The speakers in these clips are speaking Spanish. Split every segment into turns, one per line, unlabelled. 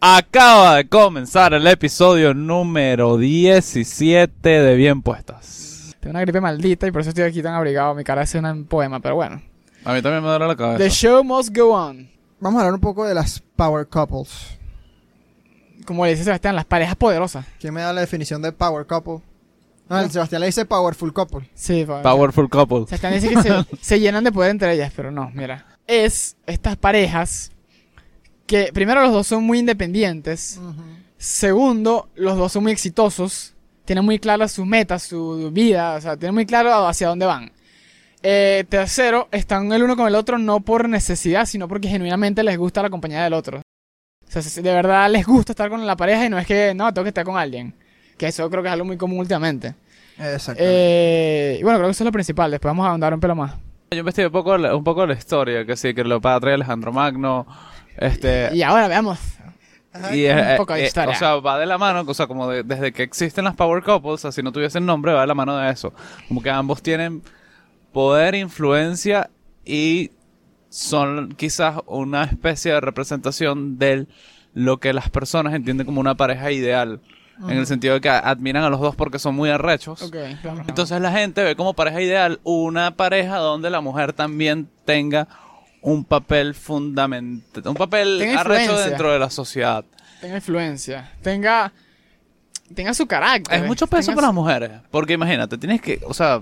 Acaba de comenzar el episodio número 17 de Bien Puestas.
Tengo una gripe maldita y por eso estoy aquí tan abrigado. Mi cara hace un poema, pero bueno.
A mí también me duele la
The
cabeza.
show must go on.
Vamos a hablar un poco de las power couples.
Como le dice Sebastián, las parejas poderosas.
¿Quién me da la definición de power couple? No, el Sebastián le dice powerful couple.
Sí, pa-
Powerful couple.
Sebastián dice que se, se llenan de poder entre ellas, pero no, mira. Es estas parejas que, primero, los dos son muy independientes. Segundo, los dos son muy exitosos. Tienen muy claras sus metas, su vida, o sea, tienen muy claro hacia dónde van. Eh, tercero, están el uno con el otro no por necesidad, sino porque genuinamente les gusta la compañía del otro. O sea, si de verdad les gusta estar con la pareja y no es que, no, tengo que estar con alguien. Que eso creo que es algo muy común últimamente.
Exacto.
Eh, y bueno, creo que eso es lo principal. Después vamos a ahondar un pelo más.
Yo investigué un poco, la- un poco la historia, que sí, que Cleopatra y Alejandro Magno. Este,
Y ahora veamos.
Y es,
un poco de
eh, eh,
historia.
o sea, va de la mano, o sea, como de- desde que existen las power couples, así no tuviesen nombre, va de la mano de eso. Como que ambos tienen poder, influencia y son quizás una especie de representación de lo que las personas entienden como una pareja ideal. En el sentido de que admiran a los dos porque son muy arrechos.
Ok, claro.
Entonces la gente ve como pareja ideal una pareja donde la mujer también tenga un papel fundamental, un papel
Tenga
arrecho
influencia.
dentro de la sociedad.
tenga influencia. Tenga. Tenga su carácter.
Es mucho peso
tenga
para las
su-
mujeres, porque imagínate, tienes que, o sea,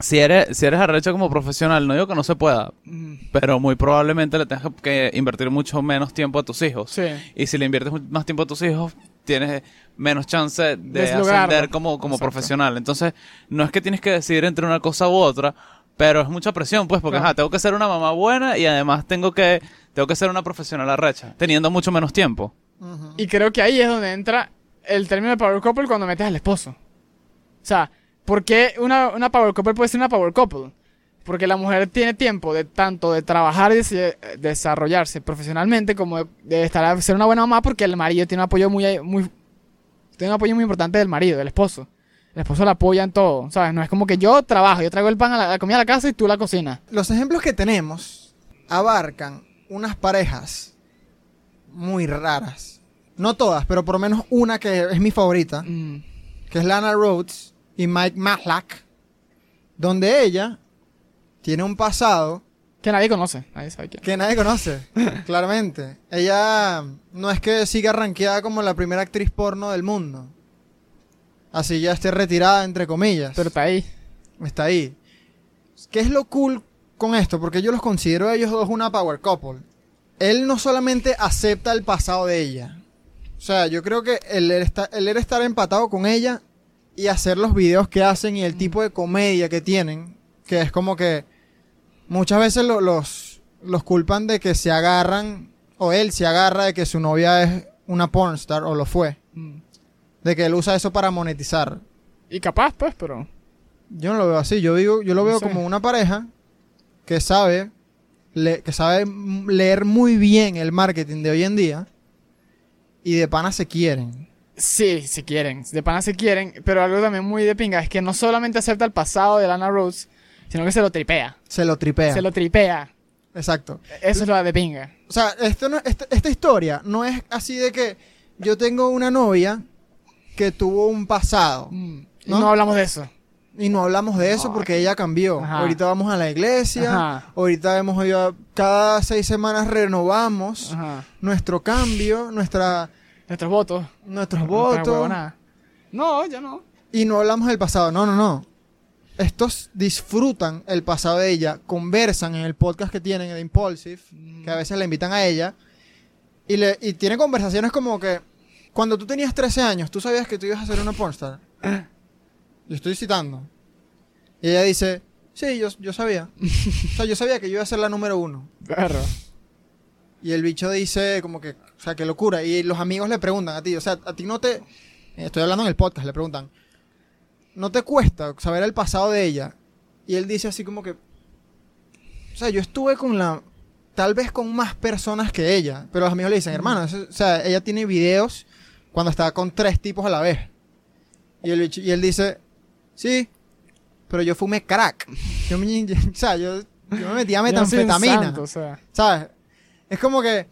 si eres, si eres arrecho como profesional, no digo que no se pueda,
Mm,
pero muy probablemente le tengas que invertir mucho menos tiempo a tus hijos.
Sí.
Y si le inviertes mu- más tiempo a tus hijos, tienes menos chance de
Deslograrlo.
ascender como, como
Exacto.
profesional. Entonces, no es que tienes que decidir entre una cosa u otra, pero es mucha presión, pues, porque
Claro.
ajá, tengo que ser una mamá buena y además tengo que, tengo que ser una profesional arrecha, teniendo mucho menos tiempo.
Ujú.
Y creo que ahí es donde entra el término de power couple cuando metes al esposo. O sea, ¿por qué una, una power couple puede ser una power couple? Porque la mujer tiene tiempo de tanto de trabajar y de se- desarrollarse profesionalmente como de, de estar a ser una buena mamá porque el marido tiene un apoyo muy, eh, muy tiene un apoyo muy importante del marido, del esposo. El esposo la apoya en todo, ¿sabes? No es como que yo trabajo, yo traigo el pan a la, la comida a la casa y tú la cocinas.
Los ejemplos que tenemos abarcan unas parejas muy raras. No todas, pero por lo menos una que es mi favorita,
Mm,
que es Lana Rhodes y Mike Maslach, donde ella tiene un pasado
que nadie conoce, nadie sabe quién.
que nadie conoce, claramente. Ella no es que siga rankeada como la primera actriz porno del mundo. Así ya esté retirada, entre comillas.
Pero está ahí.
Está ahí. ¿Qué es lo cool con esto? Porque yo los considero a ellos dos una power couple. Él no solamente acepta el pasado de ella. O sea, yo creo que el, er esta- el él estar empatado con ella y hacer los videos que hacen y el tipo de comedia que tienen, que es como que muchas veces lo- los, los culpan de que se agarran, o él se agarra de que su novia es una pornstar, o lo fue,
Mm.
de que él usa eso para monetizar.
Y capaz, pues, pero...
Yo no lo veo así, yo digo, yo lo
No
veo
sé.
como una pareja que sabe le- que sabe m- leer muy bien el marketing de hoy en día y de pana se quieren.
Sí, si quieren. De pana se quieren. Pero algo también muy de pinga es que no solamente acepta el pasado de Lana Rhodes, sino que se lo tripea.
Se lo tripean.
Se lo tripea.
Exacto.
Eso es lo de pinga.
O sea, esto no- esta, esta historia no es así de que yo tengo una novia que tuvo un pasado.
Mm. Y
¿No?
¿No? hablamos de eso.
Y no hablamos de eso
No,
porque ella cambió.
Ajá.
Ahorita vamos a la iglesia.
Ajá.
Ahorita hemos ido a- cada seis semanas renovamos
Ajá.
nuestro cambio, nuestra,
Nuestros votos.
nuestros
Nuestra
votos.
huevonada. No, yo no.
Y no hablamos del pasado, no, no, no. Estos disfrutan el pasado de ella, conversan en el podcast que tienen de Impulsive, que a veces le invitan a ella, y, le, y tienen conversaciones como que, cuando tú tenías 13 años, tú sabías que tú ibas a ser una pornstar. Yo estoy citando. Y ella dice, sí, yo, yo sabía. O sea, yo sabía que yo iba a ser la número uno.
Perro.
Y el bicho dice como que, o sea, qué locura. Y los amigos le preguntan a ti, o sea, a ti no te... eh, Estoy hablando en el podcast, le preguntan. ¿No te cuesta saber el pasado de ella? Y él dice así como que... O sea, yo estuve con la... Tal vez con más personas que ella. Pero los amigos le dicen, hermano, eso- o sea, ella tiene videos cuando está con tres tipos a la vez. Y, el bicho- y él dice, sí, pero yo fumé crack. Yo me, o sea, yo, yo me metía
Yo no soy un
metanfetamina.
santo, o sea.
¿Sabes? Es como que.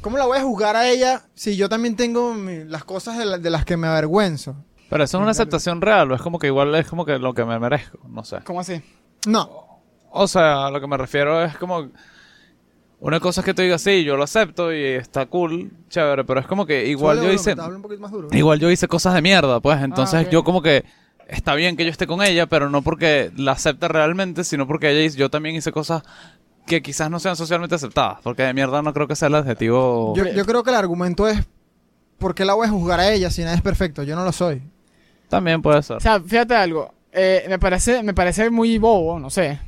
¿Cómo la voy a juzgar a ella si yo también tengo mi- las cosas de, la- de las que me avergüenzo?
Pero eso es una aceptación real, o es como que igual es como que lo que me merezco, no sé.
¿Cómo así?
No.
O sea, a lo que me refiero es como. Una cosa es que te diga, sí, yo lo acepto y está cool, chévere, pero es como que igual
Suele
yo
uno,
hice.
te hablo un poquito más duro.
Igual yo hice cosas de mierda, pues entonces
Ah, ok.
yo como que. Está bien que yo esté con ella, pero no porque la acepte realmente, sino porque ella hizo- yo también hice cosas que quizás no sean socialmente aceptadas. Porque de mierda no creo que sea el adjetivo.
Yo, yo creo que el argumento es, ¿por qué la voy a juzgar a ella si nada es perfecto? Yo no lo soy.
También puede ser.
O sea, fíjate algo. eh, me, parece, me parece muy bobo, no sé.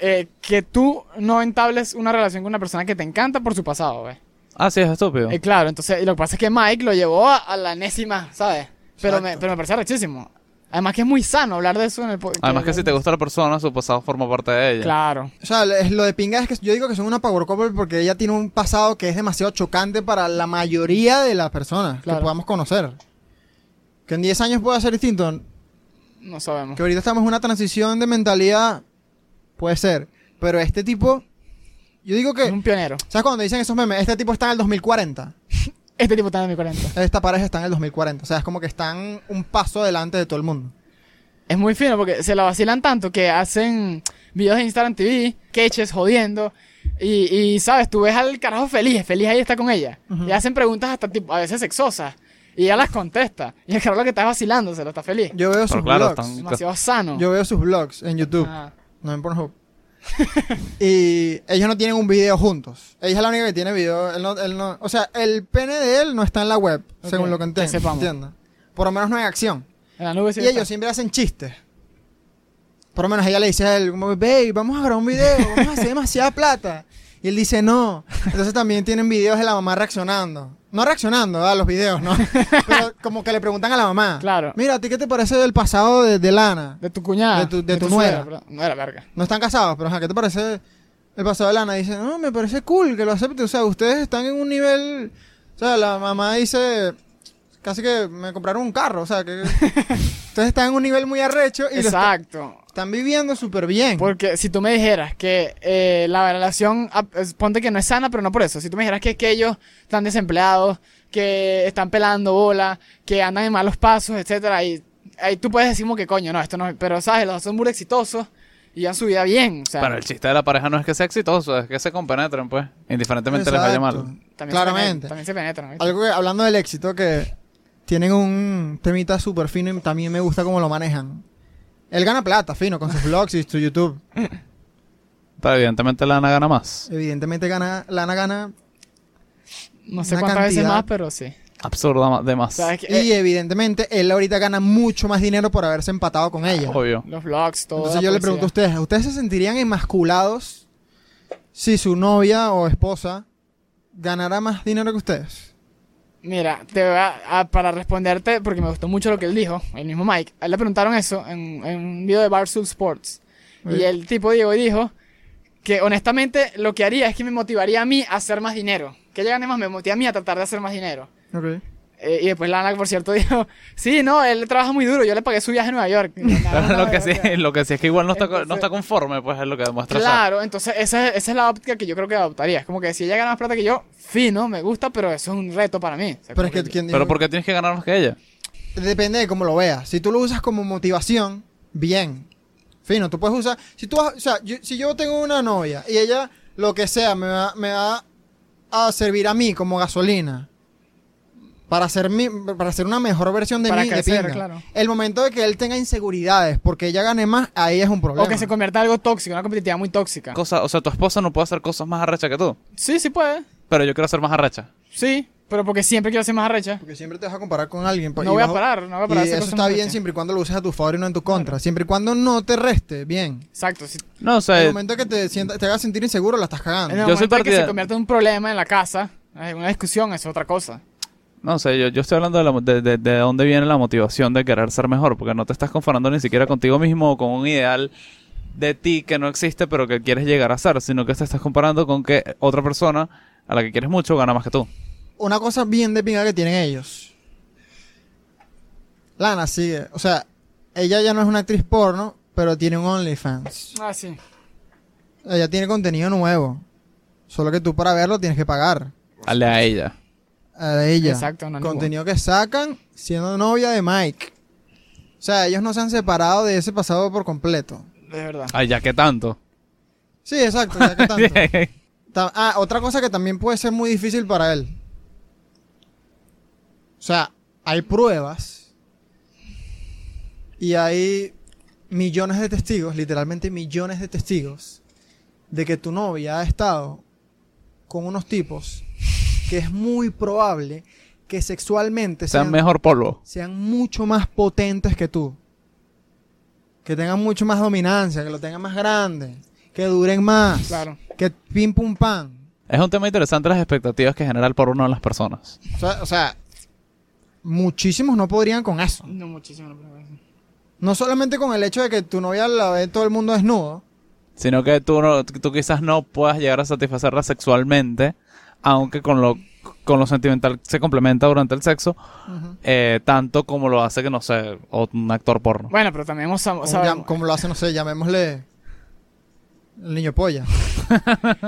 eh, que tú no entables una relación con una persona que te encanta por su pasado, ¿ves?
Ah, sí, es estúpido.
Eh, claro, entonces, y lo que pasa es que Mike lo llevó a, a la enésima, ¿sabes? Pero me,
Exacto.
pero me parece rechísimo. Además que es muy sano hablar de eso en el podcast.
Además que si te gusta la persona, su pasado forma parte de ella.
Claro.
O sea, es- lo de pinga es que yo digo que son una power couple porque ella tiene un pasado que es demasiado chocante para la mayoría de las personas
Claro.
que podamos conocer. Que en 10 años pueda ser distinto.
No sabemos.
Que ahorita estamos en una transición de mentalidad. Puede ser. Pero este tipo. Yo digo que.
Es un pionero.
¿Sabes cuando dicen esos memes? Este tipo está en el 2040.
Este tipo está en mi 40.
Esta pareja está en el 2040. O sea, es como que están un paso adelante de todo el mundo.
Es muy fino porque se la vacilan tanto que hacen videos de Instagram TV, queches jodiendo. Y, y, sabes, tú ves al carajo feliz, feliz ahí está con ella. Y hacen preguntas hasta tipo, a veces sexosas. Y ella las contesta. Y el carajo lo que está vacilando, se lo está feliz.
Yo veo
Pero
sus
claro,
blogs.
están-
Demasiado sano.
Yo veo sus blogs en YouTube.
Ah,
No en Pornhub. y ellos no tienen un video juntos. Ella es la única que tiene video. Él no, él no- o sea, el pene de él no está en la web,
Ok,
según lo que entiendo.
que sepamos.
entiendo. Por lo menos no hay acción.
en la nube sí
y
está.
ellos siempre hacen chistes. Por lo menos ella le dice a él, como, babe, vamos a grabar un video, vamos a hacer demasiada plata. Y él dice, no. Entonces también tienen videos de la mamá reaccionando. No reaccionando a los videos, ¿no? Pero como que le preguntan a la mamá.
Claro.
Mira, ¿a ti qué te parece del pasado de, de Lana?
De tu cuñada.
De tu- de tu
suegra,
nuera.
perdón. Nuera, verga.
No están casados, pero ajá, ¿qué te parece el pasado de Lana? Dice, no, me parece cool que lo acepte. O sea, ustedes están en un nivel... O sea, la mamá dice, casi que me compraron un carro. O sea, que... ustedes están en un nivel muy arrecho y lo está-
Exacto.
están viviendo súper bien.
Porque si tú me dijeras que eh, la relación, ah, es- ponte que no es sana, pero no por eso. Si tú me dijeras que, que ellos están desempleados, que están pelando bola, que andan en malos pasos, etcétera, y ahí tú puedes decir como que coño, no, esto no, es- pero sabes, los dos son muy exitosos y han su vida bien, o sea,
Pero el chiste de la pareja no es que sea exitoso, es que se compenetren, pues. Indiferentemente les vaya
Exacto.
mal.
también
Claramente.
se penetran, también se penetran. ¿viste?
Algo que, hablando del éxito, que tienen un temita súper fino y también me gusta cómo lo manejan. Él gana plata, fino, con sus vlogs y su YouTube.
Pero evidentemente Lana gana más.
Evidentemente gana, Lana gana
No sé
una
cuántas veces
cantidad-
más, pero sí.
Absurda ma- de
O
más.
sea, es que, eh,
y evidentemente él ahorita gana mucho más dinero por haberse empatado con ella.
Obvio.
los vlogs, todo.
Entonces
la
yo le
publicidad.
pregunto a ustedes, ¿ustedes se sentirían emasculados si su novia o esposa ganara más dinero que ustedes?
Mira, te voy a, a- para responderte, porque me gustó mucho lo que él dijo, el mismo Mike. A él le preguntaron eso en, en un video de Barstool Sports. Y
Sí.
el tipo Diego dijo que honestamente lo que haría es que me motivaría a mí a hacer más dinero. Que ella gane más me motiva a mí a tratar de hacer más dinero. Eh, y después Lana, por cierto, dijo, sí, no, él trabaja muy duro, yo le pagué su viaje a Nueva York.
Pero lo que, sí, lo que sí es que igual no está, co- no
Entonces-
está conforme, pues es lo que demuestra. Sara.
Claro, entonces esa, es- esa es la óptica que yo creo que adoptaría. Es como que si ella gana más plata que yo, fino, me gusta, pero eso es un reto para mí. O sea,
Pero
como
es que ¿quién dijo?
Pero ¿por qué tienes que ganar más que ella?
depende de cómo lo veas. Si tú lo usas como motivación, bien. Fino, tú puedes usar... Si, tú, o sea, yo- si yo tengo una novia y ella, lo que sea, me va, me va a servir a mí como gasolina. Para ser, mi- para ser una mejor versión de
Para
mí, de
crecer,
pinga.
claro.
El momento de que él tenga inseguridades porque ella gane más, ahí es un problema.
o que se convierta en algo tóxico, una competitividad muy tóxica.
Cosa, o sea, tu esposa no puede hacer cosas más arrechas que tú.
Sí, sí puede.
Pero yo quiero ser más arrecha.
Sí, pero porque siempre quiero ser más arrecha.
Porque siempre te vas a comparar con alguien. pues,
No
y
voy a
vas
parar, no voy a parar.
Y
hacer
eso
cosas
está
más
bien
arrechas.
siempre y cuando lo uses a tu favor y no en tu contra. Siempre y cuando no te reste, bien.
Exacto. si-
No, o
En
sea,
el momento que te, sienta- te hagas sentir inseguro, la estás
en el
cagando.
Yo soy
momento en que se
partida-
convierte en un problema en la casa, en una discusión, es otra cosa.
no, o sea, yo, yo estoy hablando de, la mo- de- de- de dónde viene la motivación de querer ser mejor, porque no te estás conformando ni siquiera contigo mismo o con un ideal de ti que no existe pero que quieres llegar a ser, sino que te estás comparando con que otra persona a la que quieres mucho gana más que tú.
Una cosa bien de pinga que tienen ellos. Lana sigue. O sea, ella ya no es una actriz porno, pero tiene un OnlyFans.
Ah, sí.
Ella tiene contenido nuevo. Solo que tú para verlo tienes que pagar.
Ale a ella.
a ella.
Exacto, no, ninguno.
Contenido que sacan siendo novia de Mike. O sea, ellos no se han separado de ese pasado por completo.
De verdad.
Ay, ya que tanto.
Sí, exacto. ya que tanto.
Bien.
Ta- ah, otra cosa que también puede ser muy difícil para él. O sea, hay pruebas y hay millones de testigos, literalmente millones de testigos, de que tu novia ha estado con unos tipos que es muy probable que sexualmente
Sean mejor polvo.
sean mucho más potentes que tú. Que tengan mucho más dominancia, que lo tengan más grande, que duren más.
Claro.
Que pim pum pam.
Es un tema interesante las expectativas que genera el porno en las personas.
O sea, o sea, muchísimos no podrían con eso.
No, muchísimo. no,
No solamente con el hecho de que tu novia la ve todo el mundo desnudo.
Sino que tú, no, tú quizás no puedas llegar a satisfacerla sexualmente, aunque con lo, con lo sentimental se complementa durante el sexo, eh, tanto como lo hace que no sé, un actor porno.
Bueno, pero también hemos-
como, llam-
sabemos,
como lo hace, no sé, llamémosle el niño polla.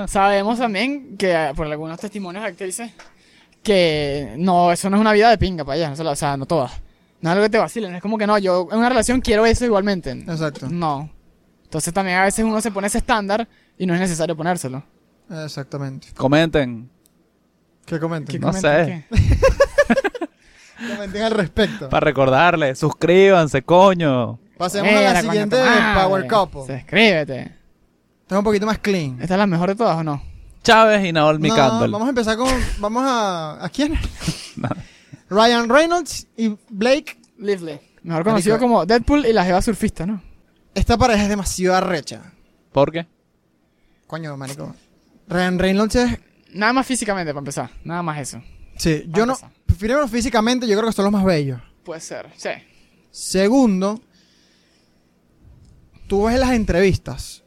sabemos también que eh, por algunos testimonios de actrices que no, eso no es una vida de pinga para ellas, no se la- o sea, no todas. No es algo que te vacilen, no es como que no, yo en una relación quiero eso igualmente.
Exacto.
No. Entonces también a veces uno se pone ese estándar y no es necesario ponérselo.
Exactamente.
Comenten.
¿Qué comenten?
¿Qué
Pues No
comentas?
sé.
¿Qué?
Comenten al respecto.
Para recordarles, suscríbanse, coño.
Pasemos a
Mira,
la
coño,
siguiente
tu madre.
Power Couple.
Suscríbete.
Está un poquito más clean.
¿Esta es la mejor de todas o no?
Chávez y Naomi
No,
Campbell.
Vamos a empezar con. Vamos a. ¿A quién? Ryan Reynolds y Blake.
Lively. Mejor conocido
Marico.
como Deadpool y la jeva surfista, ¿no?
Esta pareja es demasiado arrecha.
¿Por qué?
Coño, marico. Ryan Reynolds es.
Nada más físicamente, para empezar. Nada más eso.
Sí, yo no.
Para
Primero, físicamente, yo creo que son los más bellos.
Puede ser, sí.
Segundo, tú ves las entrevistas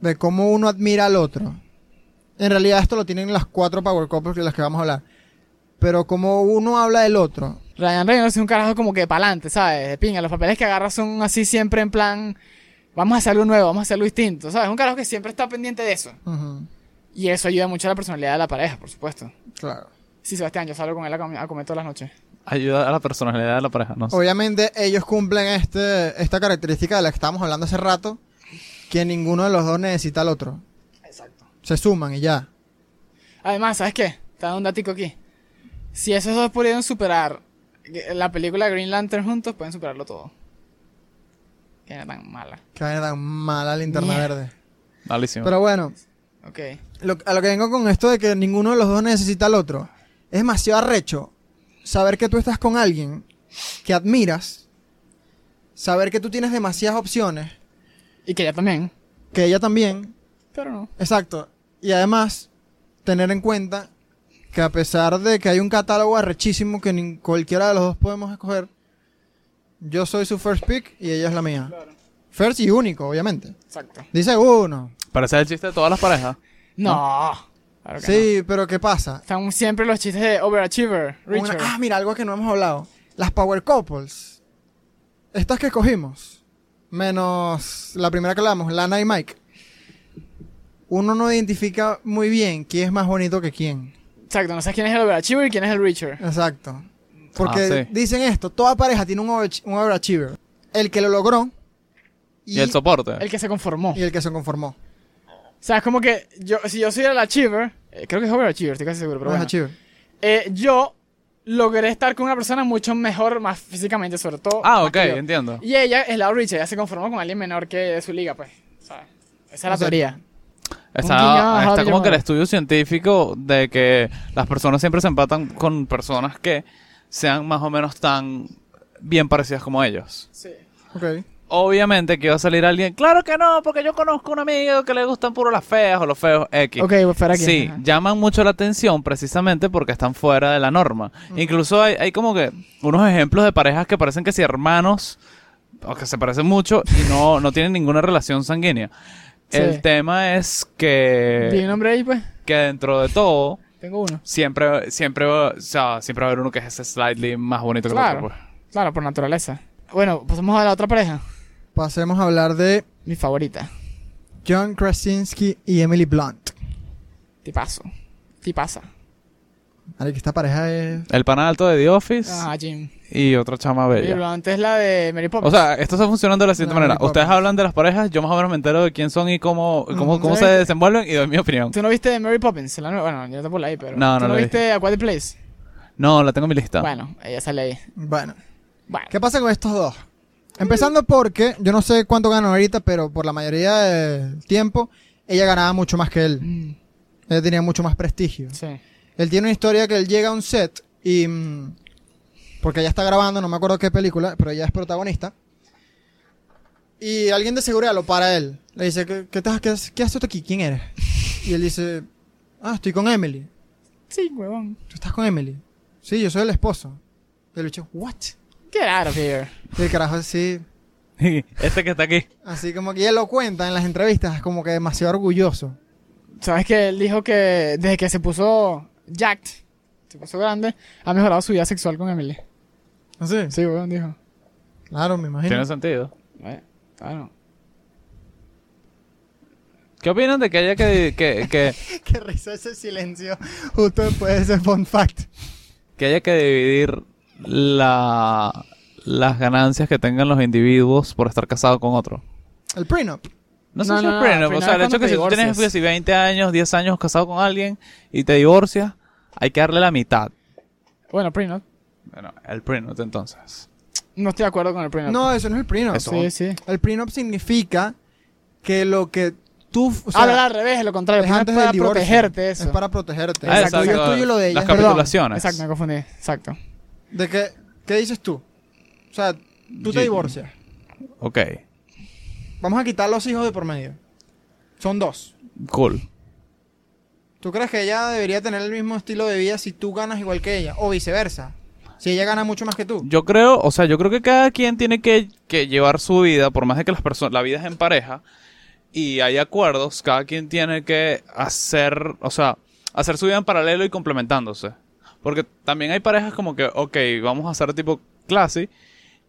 de cómo uno admira al otro. En realidad, esto lo tienen las cuatro Power Couples de las que vamos a hablar. Pero como uno habla del otro,
Ryan Reynolds es un carajo como que pa'lante, ¿sabes? De pinga. Los papeles que agarra son así siempre en plan... Vamos a hacer algo nuevo, vamos a hacer algo distinto, ¿sabes? Un carajo que siempre está pendiente de eso.
ujú,
Y eso ayuda mucho a la personalidad de la pareja, por supuesto.
claro.
Sí, Sebastián, yo salgo con él a, com- a comer todas las noches.
Ayuda a la personalidad de la pareja. No sé.
Obviamente ellos cumplen este, esta característica de la que estábamos hablando hace rato, que ninguno de los dos necesita al otro.
Exacto.
Se suman y ya.
Además, ¿sabes qué? Te dando un datico aquí. Si esos dos pudieron superar la película Green Lantern juntos, pueden superarlo todo. Que era tan mala.
Que vaina tan mala linterna
Mierda.
verde.
Malísimo.
Pero bueno,
Ok.
lo- a lo que vengo con esto de que ninguno de los dos necesita al otro, es demasiado arrecho saber que tú estás con alguien que admiras, saber que tú tienes demasiadas opciones,
Y que ella también.
que ella también,
Pero no.
Exacto. Y además, tener en cuenta que a pesar de que hay un catálogo arrechísimo que nin- cualquiera de los dos podemos escoger, yo soy su first pick y ella es la mía. First y único, obviamente.
Exacto.
Dice uno.
Pero ese es el chiste de todas las parejas.
No. Claro que no.
Sí, pero ¿qué pasa?
Están siempre los chistes de Overachiever,
Una-
Richard.
ah, mira, algo que no hemos hablado. Las power couples. Estas que escogimos, menos la primera que hablamos, Lana y Mike. Uno no identifica muy bien quién es más bonito que quién.
Exacto, no sabes quién es el Overachiever y quién es el Richard.
Exacto. Porque
Ah, sí.
dicen esto, toda pareja tiene un, overach- un overachiever. El que lo logró
Y, el soporte.
El que se conformó.
Ah. y el que se conformó.
O sea, es como que yo, si yo soy el Achiever, eh, creo que es Overachiever, estoy casi seguro, pero bueno.
Overachiever.
eh, yo logré estar con una persona mucho mejor, más físicamente, sobre todo.
Ah,
más
ok,
que yo.
entiendo.
Y ella es la Richard, ella se conformó con alguien menor que de su liga, pues. ¿sabes? Esa es la
Exacto.
teoría.
Está, está
guiño, ajá,
como que el
guiño.
estudio científico de que las personas siempre se empatan con personas que sean más o menos tan bien parecidas como ellos.
Sí.
Ok.
Obviamente que iba a salir alguien, claro que no, porque yo conozco un amigo que le gustan puro las feas o los feos X.
Ok, pues, fuera aquí.
Sí,
Ajá.
llaman mucho la atención precisamente porque están fuera de la norma. Incluso hay, hay como que unos ejemplos de parejas que parecen que si hermanos, o que se parecen mucho y no, no tienen ninguna relación sanguínea.
Sí.
El tema es
Di un
que,
nombre ahí, pues.
que dentro de todo,
Tengo uno.
siempre, siempre, o sea, siempre va a haber uno que es slightly más bonito que el
Claro.
otro. pues.
Claro, por naturaleza. Bueno, pasamos a la otra pareja.
Pasemos a hablar de
Mi favorita.
John Krasinski y Emily Blunt.
Tipazo. Tipaza.
Marico, esta pareja es.
El pan alto de The Office
Ah, Jim.
y otra chama bella.
Pero antes la de Mary Poppins.
O sea, esto está funcionando de la siguiente
No,
manera.
ni por
Ustedes
menos.
hablan de las parejas, yo más o menos me entero de quién son y cómo, cómo,
Mm,
cómo
¿no
se
viste?
desenvuelven y doy mi opinión.
¿Tú no viste Mary Poppins? La nueva? Bueno, yo tampoco la vi, pero.
No, no
¿Tú no
la vi.
viste A Quiet Place?
No, la tengo en mi lista.
Bueno, ella sale ahí.
Bueno.
Bueno.
¿Qué pasa con estos dos? Empezando porque, yo no sé cuánto ganan ahorita, pero por la mayoría del tiempo, ella ganaba mucho más que él.
Mm,
Ella tenía mucho más prestigio.
Sí.
Él tiene una historia que él llega a un set y. mm, Porque ella está grabando, no me acuerdo qué película, pero ella es protagonista. Y alguien de seguridad lo para a él. Le dice, ¿qué, qué, estás- qué, haces- qué haces tú aquí? ¿Quién eres? Y él dice, Ah, estoy con Emily.
Sí, huevón.
¿Tú estás con Emily? Sí, yo soy el esposo. Y el bicho, ¿what?
Get out of here.
Y el carajo así,
este que está aquí.
así como que ella lo cuenta en las entrevistas, como que demasiado orgulloso.
¿Sabes que él dijo que desde que se puso jacked, se puso grande, ha mejorado su vida sexual con Emily?
¿Así?
¿Ah, Sí, huevón, dijo.
Claro, me imagino.
Tiene sentido.
Eh, Claro.
¿Qué opinan de que haya que, que, que,
Qué risa ese silencio justo después de ese fun fact.
que haya que dividir la, las ganancias que tengan los individuos por estar casado con otro?
El prenup.
No sé
No,
si
no,
es
no,
prenup,
al
o
final
sea, el
cuando
hecho que
te
si tú tienes
divorcias.
pues, si 20 años, 10 años casado con alguien y te divorcias, hay que darle la mitad.
Bueno, prenup.
Bueno, el prenup entonces.
No estoy de acuerdo con el prenup.
No, eso no es el prenup.
Eso.
Sí, sí.
El prenup significa que lo que tú. O sea,
Ahora al revés, es lo contrario.
es
Ah, El prenup
antes
es para
del divorcio.
protegerte eso.
Es para protegerte.
Ah,
Lo tuyo
exacto.
es tuyo y lo de ella.
Las
es
Perdón,
verdad.
capitulaciones.
Exacto, me confundí. Exacto.
¿De qué, qué dices tú? O sea, tú
Yo-
te divorcias.
Ok,
Vamos a quitar los hijos de por medio. Son dos.
cool.
¿Tú crees que ella debería tener el mismo estilo de vida si tú ganas igual que ella? O viceversa. Si ella gana mucho más que tú.
Yo creo, o sea, yo creo que cada quien tiene que, que llevar su vida, por más de que las personas, la vida es en pareja y hay acuerdos, cada quien tiene que hacer, o sea, hacer su vida en paralelo y complementándose. Porque también hay parejas como que, ok, vamos a hacer tipo clase,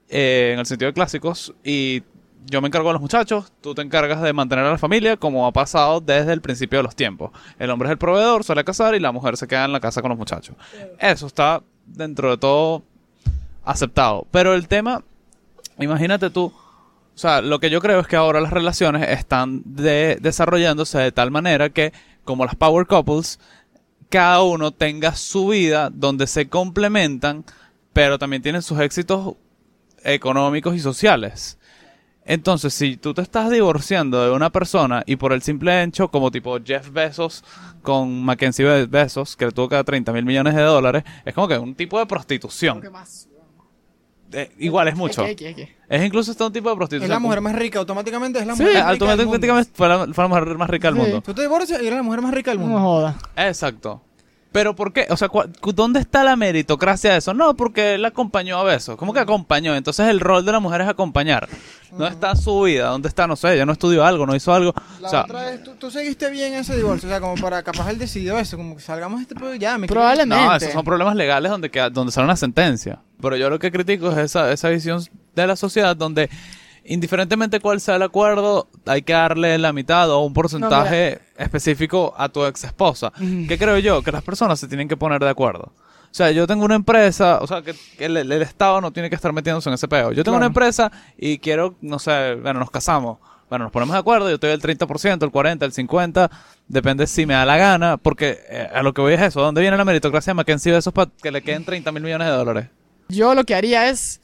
eh, en el sentido de clásicos, y yo me encargo de los muchachos, tú te encargas de mantener a la familia, como ha pasado desde el principio de los tiempos. El hombre es el proveedor, suele casar y la mujer se queda en la casa con los muchachos. Eso está dentro de todo aceptado. Pero el tema, imagínate tú, o sea, lo que yo creo es que ahora las relaciones están de- desarrollándose de tal manera que, como las power couples, cada uno tenga su vida donde se complementan, pero también tienen sus éxitos económicos y sociales. Entonces, si tú te estás divorciando de una persona y por el simple hecho, como tipo Jeff Bezos con Mackenzie Be- Bezos, que le tuvo cada 30 mil millones de dólares, es como que un tipo de prostitución.
más?
Eh, igual es mucho.
X, X, X.
Es incluso hasta un tipo de prostitución.
Es la mujer más rica, automáticamente es la
Sí.
mujer
Eh,
más rica. del mundo.
automáticamente fue la, fue la mujer más rica del
Sí.
mundo.
Tú te divorcias y eres la mujer más rica del
No
mundo.
joda.
Exacto. Pero ¿por qué? O sea, cua- cu- ¿dónde está la meritocracia de eso? No, porque él acompañó a Besos. ¿Cómo que acompañó? Entonces el rol de la mujer es acompañar. ¿Dónde está su vida? ¿Dónde está? No sé, ella no estudió algo, no hizo algo.
La
o sea,
otra es, ¿tú, tú seguiste bien ese divorcio, o sea, como para capaz él decidió eso, como que salgamos de este pedo y ya, me quiero-
Probablemente.
no, esos son problemas legales donde, queda- donde sale una sentencia. Pero yo lo que critico es esa, esa visión de la sociedad donde, indiferentemente cuál sea el acuerdo, hay que darle la mitad o un porcentaje específico a tu ex esposa. ¿Qué creo yo? Que las personas se tienen que poner de acuerdo. O sea, yo tengo una empresa, o sea, que, que el, el Estado no tiene que estar metiéndose en ese peo. Yo tengo una
Claro.
empresa y quiero, no sé, bueno, nos casamos. Bueno, nos ponemos de acuerdo, yo te doy el 30%, el 40%, el 50%, depende si me da la gana, porque eh, a lo que voy es eso. ¿a ¿Dónde viene la meritocracia de Mackenzie Besos para que le queden 30 mil millones de dólares?
Yo lo que haría es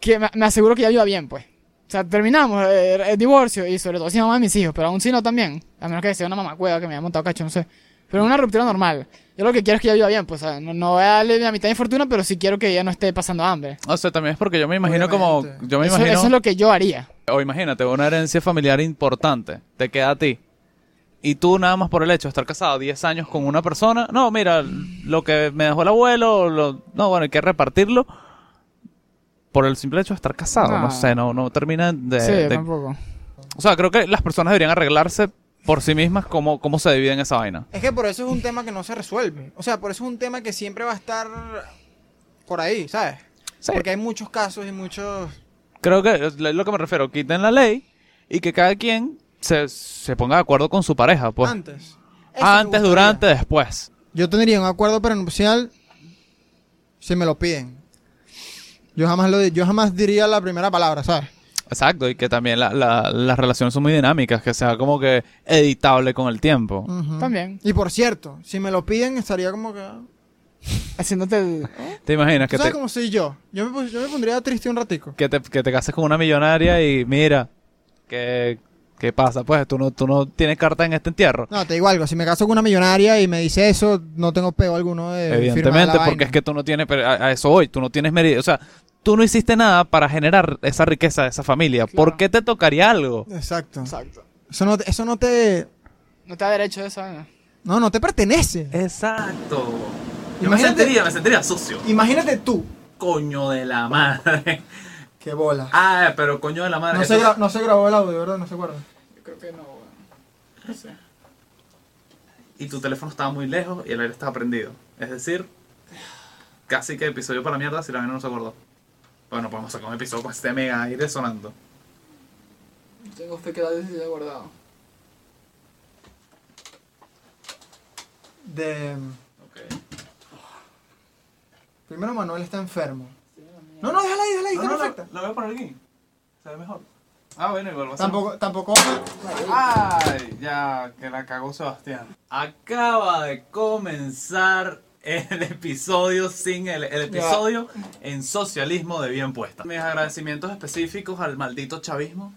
que me me aseguro que ya viva bien, pues. O sea, terminamos eh, el, divorcio y sobre todo si mamá de mis hijos, pero aún si no también. A menos que sea una mamacueva que me haya montado cacho, no sé. Pero una ruptura normal. Yo lo que quiero es que ella viva bien, pues. o sea, No, no voy a darle la mitad de mi fortuna, pero sí quiero que ella no esté pasando hambre.
O sea, también es porque yo me imagino como...
Obviamente.
Yo me
eso,
imagino...
eso es lo que yo haría.
O imagínate, una herencia familiar importante te queda a ti. Y tú nada más por el hecho de estar casado 10 años con una persona. No, mira, lo que me dejó el abuelo, lo- no, bueno, hay que repartirlo. Por el simple hecho de estar casado, no,
Ah.
No.
sé, no, no termina de,
sí,
de-
yo tampoco.
O sea, creo que las personas deberían arreglarse por sí mismas cómo, cómo se dividen esa vaina.
Es que por eso es un tema que no se resuelve. O sea, por eso es un tema que siempre va a estar por ahí, ¿sabes?
Sí.
Porque hay muchos casos y muchos...
Creo que es lo que me refiero, quiten la ley y que cada quien se, se ponga de acuerdo con su pareja. Pues.
antes. Eso me
Antes,
gustaría.
durante, después.
Yo tendría un acuerdo prenupcial si me lo piden. Yo jamás lo di- yo jamás diría la primera palabra, ¿sabes?
Exacto, y que también la- la- las relaciones son muy dinámicas, que sea como que editable con el tiempo.
Ujú.
También.
Y por cierto, si me lo piden estaría como que ¿Tú
Haciéndote el...
¿Te imaginas que
sabes
te,
cómo soy yo? Yo me, pus- yo me pondría triste un ratico.
que, te, que te cases con una millonaria y mira, ¿qué, qué pasa? Pues tú no, tú no tienes carta en este entierro.
No, te digo algo, si me caso con una millonaria y me dice eso, no tengo peo alguno de firmar la
Evidentemente, porque
vaina.
es que tú no tienes, pero a, a eso hoy, tú no tienes mérito. O sea, tú no hiciste nada para generar esa riqueza de esa familia.
Claro.
¿Por qué te tocaría algo?
Exacto.
Exacto.
Eso no, te- eso no te
No te da derecho eso. ¿eh? ¿no?
no, no te pertenece.
Exacto.
Yo me Imagínate- sentiría-
me sentiría sucio.
Imagínate tú,
Coño de la madre.
qué bola.
Ah, pero coño de la madre.
No se, gra- no se grabó el audio, ¿verdad? No se acuerdan.
Yo creo que no, weón. No sé.
y tu teléfono estaba muy lejos y el aire estaba prendido. Es decir, casi que episodio para mierda si la vaina no se acordó. Bueno, podemos sacar un episodio con este mega aire sonando.
Tengo fe que la decisión haya guardado.
De... Primero Manuel está enfermo. No, no, déjala ahí, déjala ahí, está perfecta.
voy a poner aquí. Se ve mejor. Ah, bueno, igual va a
Tampoco, tampoco...
Ay, ya, que la cagó Sebastián. Acaba de comenzar el episodio sin el, el episodio en socialismo de bien puesta. Mis agradecimientos específicos al maldito chavismo.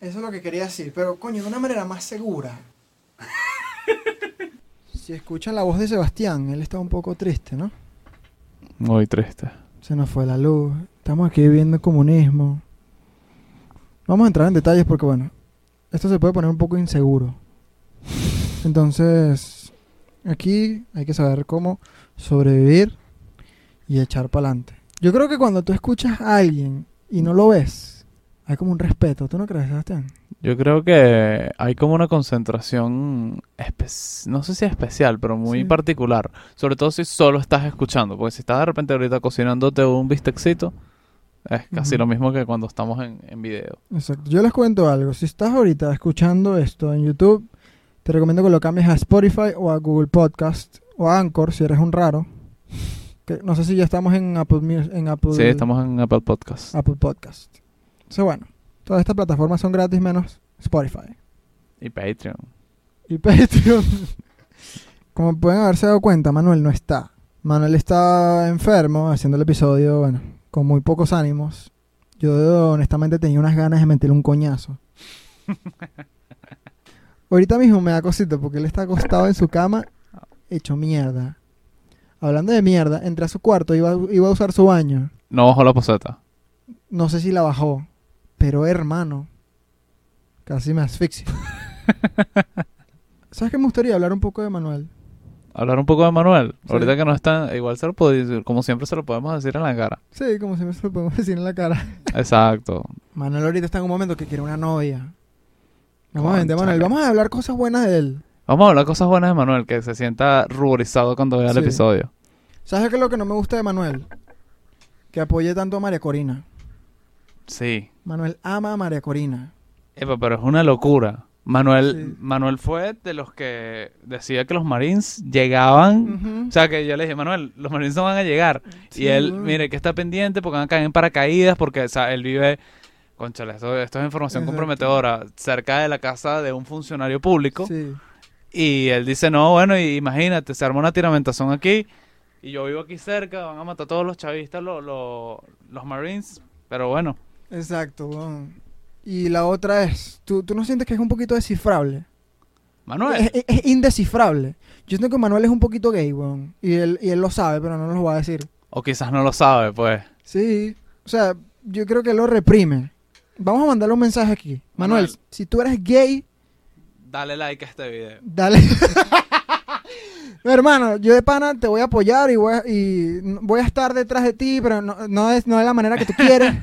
Eso es lo que quería decir, pero coño, de una manera más segura. si escuchan la voz de Sebastián, él está un poco triste, ¿no?
Muy triste.
Se nos fue la luz. Estamos aquí viviendo el comunismo. No Vamos a entrar en detalles porque, bueno, esto se puede poner un poco inseguro. Entonces, aquí hay que saber cómo sobrevivir y echar para adelante. Yo creo que cuando tú escuchas a alguien y no lo ves, hay como un respeto. ¿Tú no crees, Sebastián?
Yo creo que hay como una concentración, espe- no sé si especial, pero muy
Sí.
particular. Sobre todo si solo estás escuchando, porque si estás de repente ahorita cocinándote un bistecito, es casi
Ujú.
lo mismo que cuando estamos en, en video.
Exacto. Yo les cuento algo. Si estás ahorita escuchando esto en YouTube, te recomiendo que lo cambies a Spotify o a Google Podcast o a Anchor si eres un raro. Que no sé si ya estamos en Apple Mus- en Apple,
Sí, estamos en Apple Podcast.
Apple Podcast. Entonces, bueno, todas estas plataformas son gratis menos Spotify
Y Patreon.
y Patreon. Como pueden haberse dado cuenta, Manuel no está. Manuel está enfermo haciendo el episodio, bueno, con muy pocos ánimos. Yo honestamente tenía unas ganas de meterle un coñazo. Ahorita mismo me da cosita porque él está acostado en su cama, hecho mierda. Hablando de mierda, entré a su cuarto, iba, iba a usar su baño.
No bajó la poseta.
No sé si la bajó, pero hermano, casi me asfixio. ¿Sabes qué me gustaría hablar un poco de Manuel?
Hablar un poco de Manuel.
Sí.
Ahorita que no está, igual se lo puedo decir, como siempre se lo podemos decir en la cara.
Sí, como siempre se lo podemos decir en la cara.
Exacto.
Manuel ahorita está en un momento que quiere una novia. Vamos
Cónchale.
a vender, Manuel, vamos a hablar cosas buenas de él.
Vamos a hablar cosas buenas de Manuel, que se sienta ruborizado cuando vea el
Sí.
episodio.
¿Sabes qué es lo que no me gusta de Manuel? Que apoye tanto a María Corina.
Sí.
Manuel ama a María Corina.
Epa, pero es una locura. Manuel,
Sí.
Manuel fue de los que decía que los Marines llegaban. O sea, que yo le dije, Manuel, los Marines no van a llegar.
Sí,
y él,
weón.
mire, que está pendiente porque van a caer en paracaídas porque, o sea, él vive... Conchale, esto, esto es información
Exacto.
comprometedora. Cerca de la casa de un funcionario público.
Sí.
Y él dice, no, bueno, y- imagínate, se armó una tiramentación aquí. Y yo vivo aquí cerca, van a matar a todos los chavistas, lo- lo- los Marines. Pero bueno,
Exacto, weón. Y la otra es, ¿tú, ¿tú no sientes que es un poquito descifrable?
Manuel.
Es, es- es indescifrable. Yo siento que Manuel es un poquito gay, weón. Y él, y él lo sabe, pero no nos lo va a decir.
O quizás no lo sabe, pues.
Sí. O sea, yo creo que lo reprime. Vamos a mandarle un mensaje aquí. Manuel,
Manuel.
si tú eres gay,
Dale like a este video.
dale. No, hermano, yo de pana te voy a apoyar y voy a, y n- voy a estar detrás de ti, pero no, no es, no de la manera que tú quieres.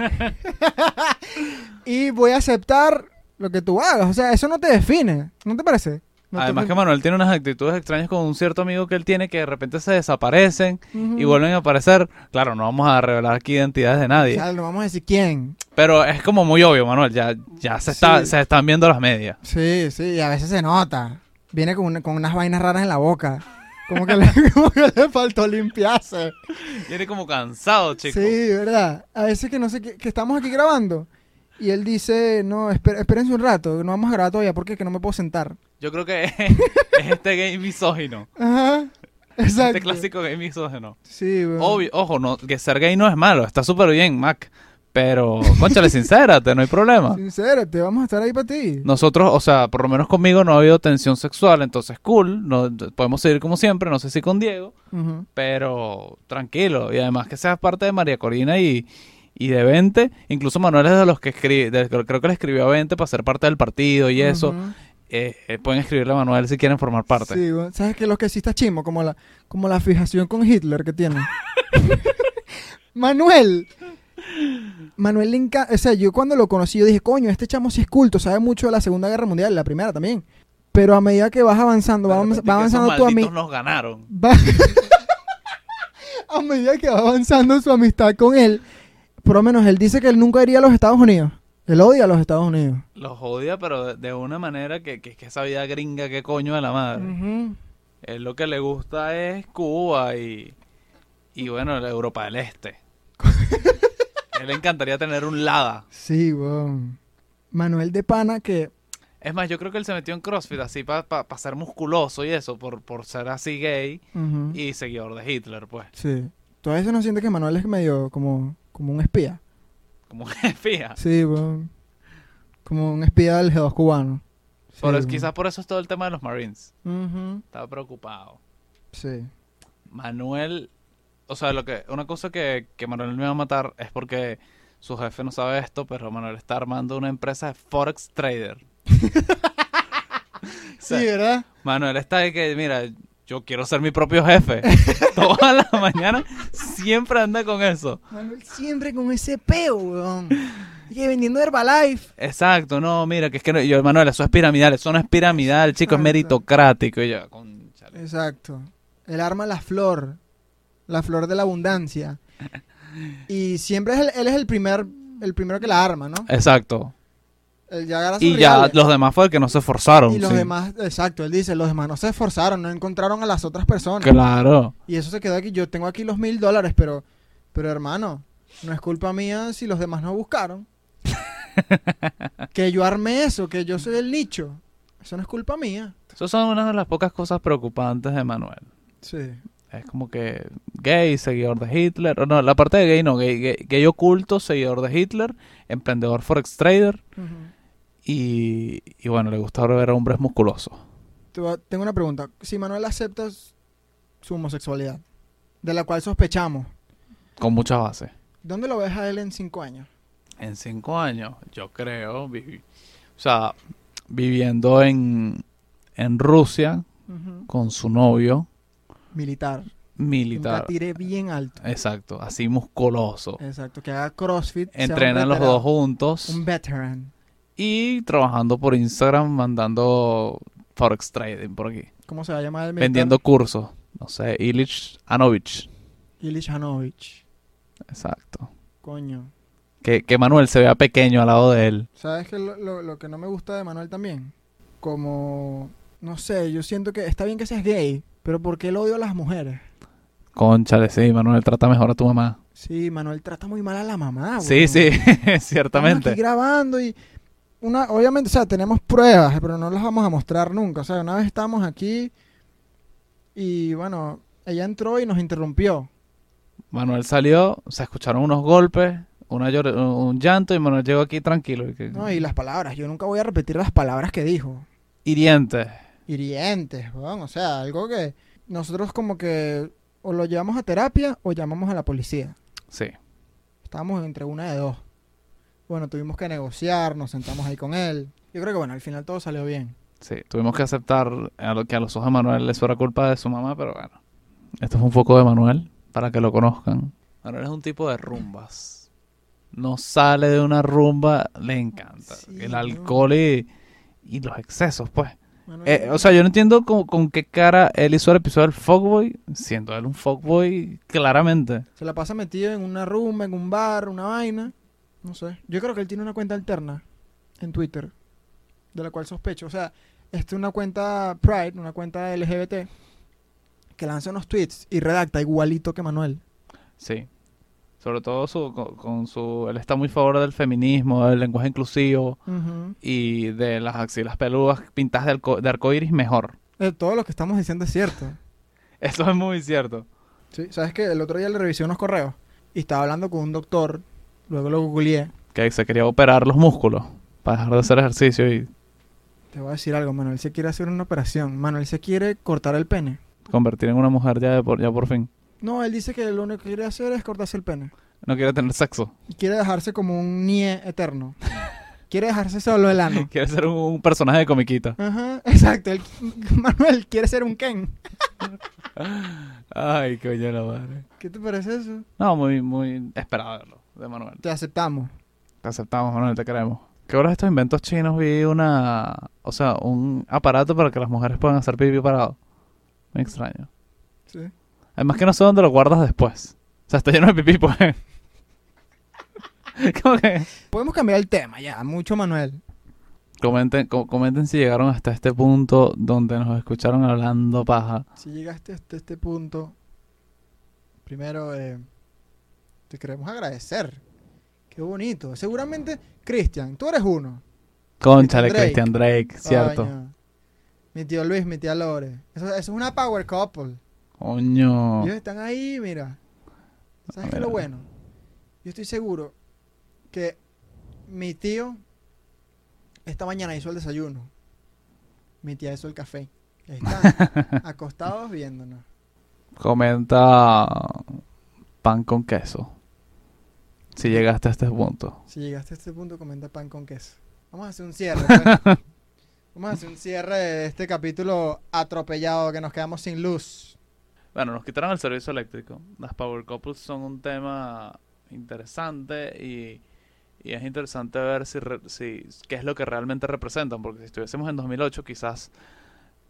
y voy a aceptar lo que tú hagas. O sea, eso no te define. ¿No te parece? No te-
Además que Manuel tiene unas actitudes extrañas con un cierto amigo que él tiene que de repente se desaparecen
Ujú.
y vuelven a aparecer. Claro, no vamos a revelar aquí identidades de
O
nadie.
sea, no vamos a decir quién.
Pero es como muy obvio, Manuel. Ya, ya se, está,
Sí.
se están viendo las medias.
Sí, sí, y a veces se nota. Viene con, una- con unas vainas raras en la boca. Como que le, como que le faltó limpiarse.
Viene como cansado, chico.
Sí, ¿verdad? A veces que no sé, qué- que estamos aquí grabando. Y él dice, no, esper- espérense un rato, no vamos a grabar todavía porque es que no me puedo sentar.
Yo creo que es este game misógino.
Ajá,
Este
exacto.
clásico game misógino.
Sí, weón.
Obvio, ojo, no, que ser gay no es malo, está súper bien, Mac. Pero, conchale, sincérate, no hay problema.
Sincérate, vamos a estar ahí para ti.
Nosotros, o sea, por lo menos conmigo no ha habido tensión sexual, entonces cool, no, podemos seguir como siempre, no sé si con Diego,
Ujú.
pero tranquilo. Y además que seas parte de María Corina y, y de 20, incluso Manuel es de los que escribe, de- creo que le escribió a 20 para ser parte del partido y eso.
Ujú.
Eh, eh, pueden escribirle a Manuel si quieren formar parte.
Sí, weón. ¿Sabes que Los que sí está chimo, como la, como la fijación con Hitler que tiene. Manuel. Manuel le encanta. O sea, yo cuando lo conocí, yo dije, coño, este chamo sí es culto, sabe mucho de la Segunda Guerra Mundial, la primera también. Pero a medida que vas avanzando,
De
vas,
repente
va
que esos
avanzando tu
malditos
amistad.
nos ganaron.
a medida que va avanzando su amistad con él, por lo menos él dice que él nunca iría a los Estados Unidos. Él odia a los Estados Unidos.
Los odia, pero de, de una manera que, que, que esa vida gringa, que coño de la madre.
Ujú.
Él lo que le gusta es Cuba y, y bueno, la Europa del Este. A él le encantaría tener un Lada.
Sí, weón. Manuel de Pana, que
Es más, yo creo que él se metió en CrossFit así para ser musculoso y eso, por, por ser así gay
Ujú.
y seguidor de Hitler, pues.
Sí. ¿Tú a veces no sientes que Manuel es medio como, como un espía?
Como que fija.
Sí, weón. Como un espía del G2 cubano. Sí,
Pero es-
weón.
quizás por eso es todo el tema de los Marines.
Ujú,
Estaba preocupado.
Sí.
Manuel, o sea, lo que una cosa que, que Manuel me va a matar es porque su jefe no sabe esto, pero Manuel está armando una empresa de Forex Trader. O sea,
¿verdad?
Manuel está de que, mira, yo quiero ser mi propio jefe. Toda la mañana siempre anda con eso.
Manuel siempre con ese peo, weón. Y que vendiendo Herbalife.
Exacto, no, mira, que es que no- y yo, Manuel, eso es piramidal, eso no es piramidal, chico, es
Exacto.
meritocrático. Y yo, "Cónchale".
Exacto. Él arma la flor. La flor de la abundancia. Y siempre es el- él es el primer el primero que la arma, ¿no?
Exacto.
Él ya agarra sus
Y ya
reales.
los demás fue el que no se esforzaron.
Y los
sí.
demás, exacto, él dice, los demás no se esforzaron, no encontraron a las otras personas.
Claro.
Y eso se quedó aquí. Yo tengo aquí los mil dólares, pero, pero hermano, no es culpa mía si los demás no buscaron. que yo armé eso, que yo soy el nicho. Eso no es culpa mía.
Esas son una de las pocas cosas preocupantes de Manuel.
Sí.
Es como que gay, seguidor de Hitler. o No, la parte de gay no, gay, gay, gay oculto, seguidor de Hitler, emprendedor forex trader y, y bueno, le gusta ver a hombres musculosos.
Tengo una pregunta. Si Manuel acepta s- su homosexualidad, de la cual sospechamos,
Con muchas bases.
¿dónde lo ves a él en cinco años?
En cinco años, yo creo, vivi- o sea, viviendo en, en Rusia con su novio
Militar.
militar.
Nunca tiré bien alto.
Exacto, así musculoso.
Exacto. Que haga CrossFit. sea un
Entrenan los
veterano,
dos juntos.
Un veteran.
y trabajando por Instagram, mandando Forex Trading por aquí.
¿Cómo se va a llamar el militar?
Vendiendo cursos. No sé, Ilich Anovich.
Ilich Hanovich.
Exacto.
Coño.
Que, que Manuel se vea pequeño al lado de él.
¿Sabes que lo, lo- lo que no me gusta de Manuel también? Como, no sé, yo siento que está bien que seas gay, pero ¿por qué el odio a las mujeres?
Conchale, sí, Manuel, trata mejor a tu mamá.
Sí, Manuel trata muy mal a la mamá.
sí,
weón.
sí,
Estamos aquí
ciertamente.
grabando y... Una, obviamente, o sea, tenemos pruebas, pero no las vamos a mostrar nunca. O sea, una vez estábamos aquí y bueno, ella entró y nos interrumpió.
Manuel salió, se escucharon unos golpes, una llor- un llanto y Manuel llegó aquí tranquilo. Y, que-
¿no? Y las palabras, yo nunca voy a repetir las palabras que dijo.
Hiriente.
hirientes, weón. O sea, algo que nosotros como que o lo llevamos a terapia o llamamos a la policía.
Sí.
Estábamos entre una de dos. Bueno, tuvimos que negociar, nos sentamos ahí con él. Yo creo que bueno, al final todo salió bien.
Sí, tuvimos que aceptar a lo que a los ojos de Manuel eso era culpa de su mamá, pero bueno. Esto fue un poco de Manuel, para que lo conozcan. Manuel es un tipo de rumbas. No sale de una rumba, le encanta.
Sí,
el
¿no?
alcohol y, y los excesos, pues.
Bueno,
Eh, o sea, yo no entiendo con, con qué cara él hizo el episodio del Fogboy, siendo él un Fogboy claramente.
se la pasa metido en una rumba, en un bar, una vaina. No sé. Yo creo que él tiene una cuenta alterna en Twitter, de la cual sospecho. O sea, esta es una cuenta Pride, una cuenta LGBT, que lanza unos tweets y redacta igualito que Manuel.
Sí. Sobre todo su, con, con su... Él está muy a favor del feminismo, del lenguaje inclusivo y de las axilas peludas pintadas de, arco, de arcoiris mejor.
Eh, todo lo que estamos diciendo es cierto.
Eso es muy cierto.
Sí, ¿Sabes que El otro día le revisé unos correos y estaba hablando con un doctor, luego lo googleé.
Que se quería operar los músculos para dejar de hacer ejercicio y
Te voy a decir algo, Manuel se quiere hacer una operación. Manuel se quiere cortar el pene.
convertir en una mujer ya, de por, ya por fin.
No, él dice que lo único que quiere hacer es cortarse el pene.
No quiere tener sexo.
Y quiere dejarse como un nie eterno. quiere dejarse solo el ano.
Quiere ser un, un personaje de comiquita.
Ajá, exacto. él- Manuel quiere ser un Ken.
Ay, coño la madre.
¿Qué te parece eso?
No, muy, muy esperado verlo, de Manuel.
Te aceptamos.
Te aceptamos, Manuel, te queremos. Que ahora estos inventos chinos vi una... O sea, un aparato para que las mujeres puedan hacer pipí parado. Muy extraño.
Sí.
Además que no sé dónde lo guardas después. O sea, está lleno de pipí, pues. ¿Cómo que?
Podemos cambiar el tema ya, mucho Manuel.
Comenten, co- comenten si llegaron hasta este punto donde nos escucharon hablando paja.
Si llegaste hasta este punto, primero eh, te queremos agradecer. Qué bonito. Seguramente, Cristian, tú eres uno.
Conchale,
Drake.
Christian Drake, cierto.
Coño. Mi tío Luis, mi tía Lore. Eso, eso es una power couple.
Coño.
Ellos están ahí, mira. ¿Sabes
A
qué es
ver.
lo bueno? Yo estoy seguro que mi tío esta mañana hizo el desayuno. Mi tía hizo el café. Y ahí Están acostados viéndonos.
Comenta pan con queso. Si llegaste a este punto.
Si llegaste a este punto, comenta pan con queso. Vamos a hacer un cierre. pues. Vamos a hacer un cierre de este capítulo atropellado que nos quedamos sin luz.
Bueno, nos quitaron el servicio eléctrico. Las power couples son un tema interesante y, y es interesante ver si, re- si qué es lo que realmente representan. Porque si estuviésemos en 2008 quizás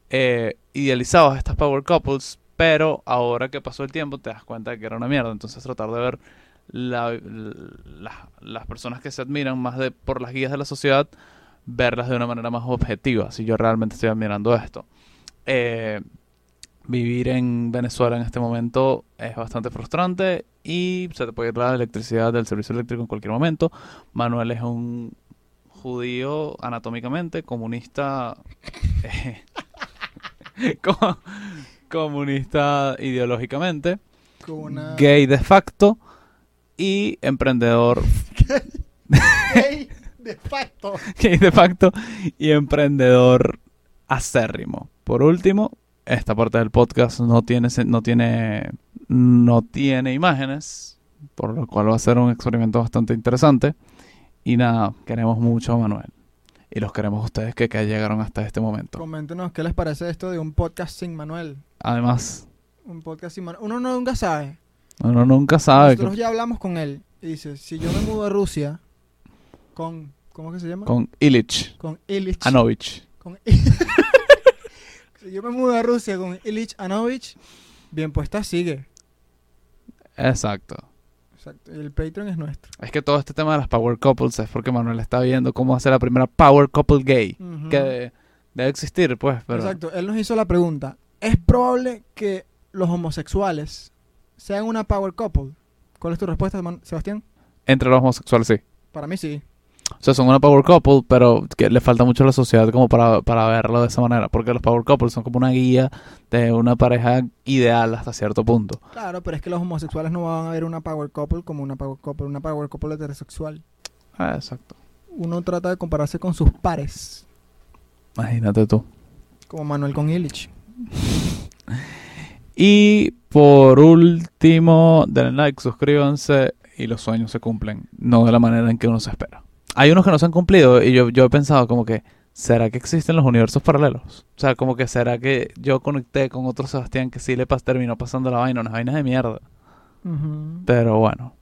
eh, idealizabas estas power couples, pero ahora que pasó el tiempo te das cuenta de que era una mierda. Entonces tratar de ver la- la- las personas que se admiran más de por las guías de la sociedad, verlas de una manera más objetiva. Si yo realmente estoy admirando esto. Eh, vivir en Venezuela en este momento es bastante frustrante y se te puede ir la electricidad del servicio eléctrico en cualquier momento. Manuel es un judío anatómicamente, comunista, eh, co- comunista ideológicamente,
Con una...
gay de facto y emprendedor,
Gay de facto.
gay de facto y emprendedor acérrimo. Por último, esta parte del podcast no tiene sen- no tiene no tiene imágenes, por lo cual va a ser un experimento bastante interesante y nada, queremos mucho a Manuel y los queremos a ustedes que, que llegaron hasta este momento.
Coméntenos qué les parece esto de un podcast sin Manuel.
Además,
Un podcast sin Manuel. Uno no- nunca sabe.
uno nunca sabe
Nosotros ya hablamos con él. Y dice, si yo me mudo a Rusia con... ¿Cómo que se llama?
que- con Illich
Con Illich.
Anovich.
Con- si yo me mudo a Rusia con Illich Anovich, bien puesta sigue.
Exacto.
Exacto. El Patreon es nuestro.
Es que todo este tema de las power couples es porque Manuel está viendo cómo hacer la primera power couple gay
Ujú.
que debe existir, pues, pero
Exacto. Él nos hizo la pregunta. ¿Es probable que los homosexuales sean una power couple? ¿Cuál es tu respuesta, Man- Sebastián?
entre los homosexuales sí.
Para mí sí.
O sea, son una power couple, pero que le falta mucho a la sociedad como para, para verlo de esa manera. Porque los power couples son como una guía de una pareja ideal hasta cierto punto.
Claro, pero es que los homosexuales no van a ver una power couple como una power couple, una power couple heterosexual.
Ah, exacto.
Uno trata de compararse con sus pares,
Imagínate tú.
como Manuel con Illich.
Y por último, denle like, suscríbanse y los sueños se cumplen. No de la manera en que uno se espera. Hay unos que no se han cumplido y yo, yo he pensado como que, ¿será que existen los universos paralelos? O sea, como que será que yo conecté con otro Sebastián que sí le pas terminó pasando la vaina, unas vainas de mierda. Pero bueno.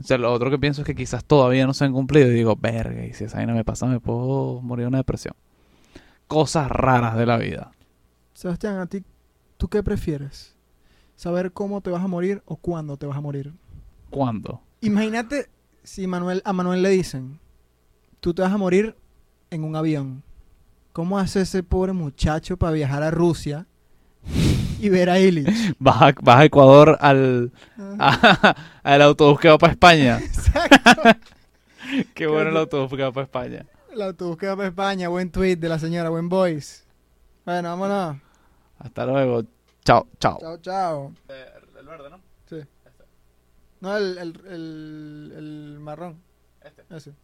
O sea, lo otro que pienso es que quizás todavía no se han cumplido. Y digo, verga, y si esa vaina me pasa, me puedo morir de una depresión. Cosas raras de la vida.
Sebastián, ¿a ti tú qué prefieres? ¿Saber cómo te vas a morir o cuándo te vas a morir?
¿Cuándo?
Imagínate si Manuel, a Manuel le dicen, tú te vas a morir en un avión. ¿Cómo hace ese pobre muchacho para viajar a Rusia y ver a Illich.
Vas a, vas a Ecuador al, a- al autobús que va para España.
Exacto.
Qué bueno el autobús que va para España.
El autobús que va para España, buen tweet de la señora, buen voice. Bueno, vámonos.
Hasta luego. Chao, chao.
Chao, chao.
Eh, El verde, ¿no? Este. Este.
Sí. No, el, el, el, el marrón. Ese.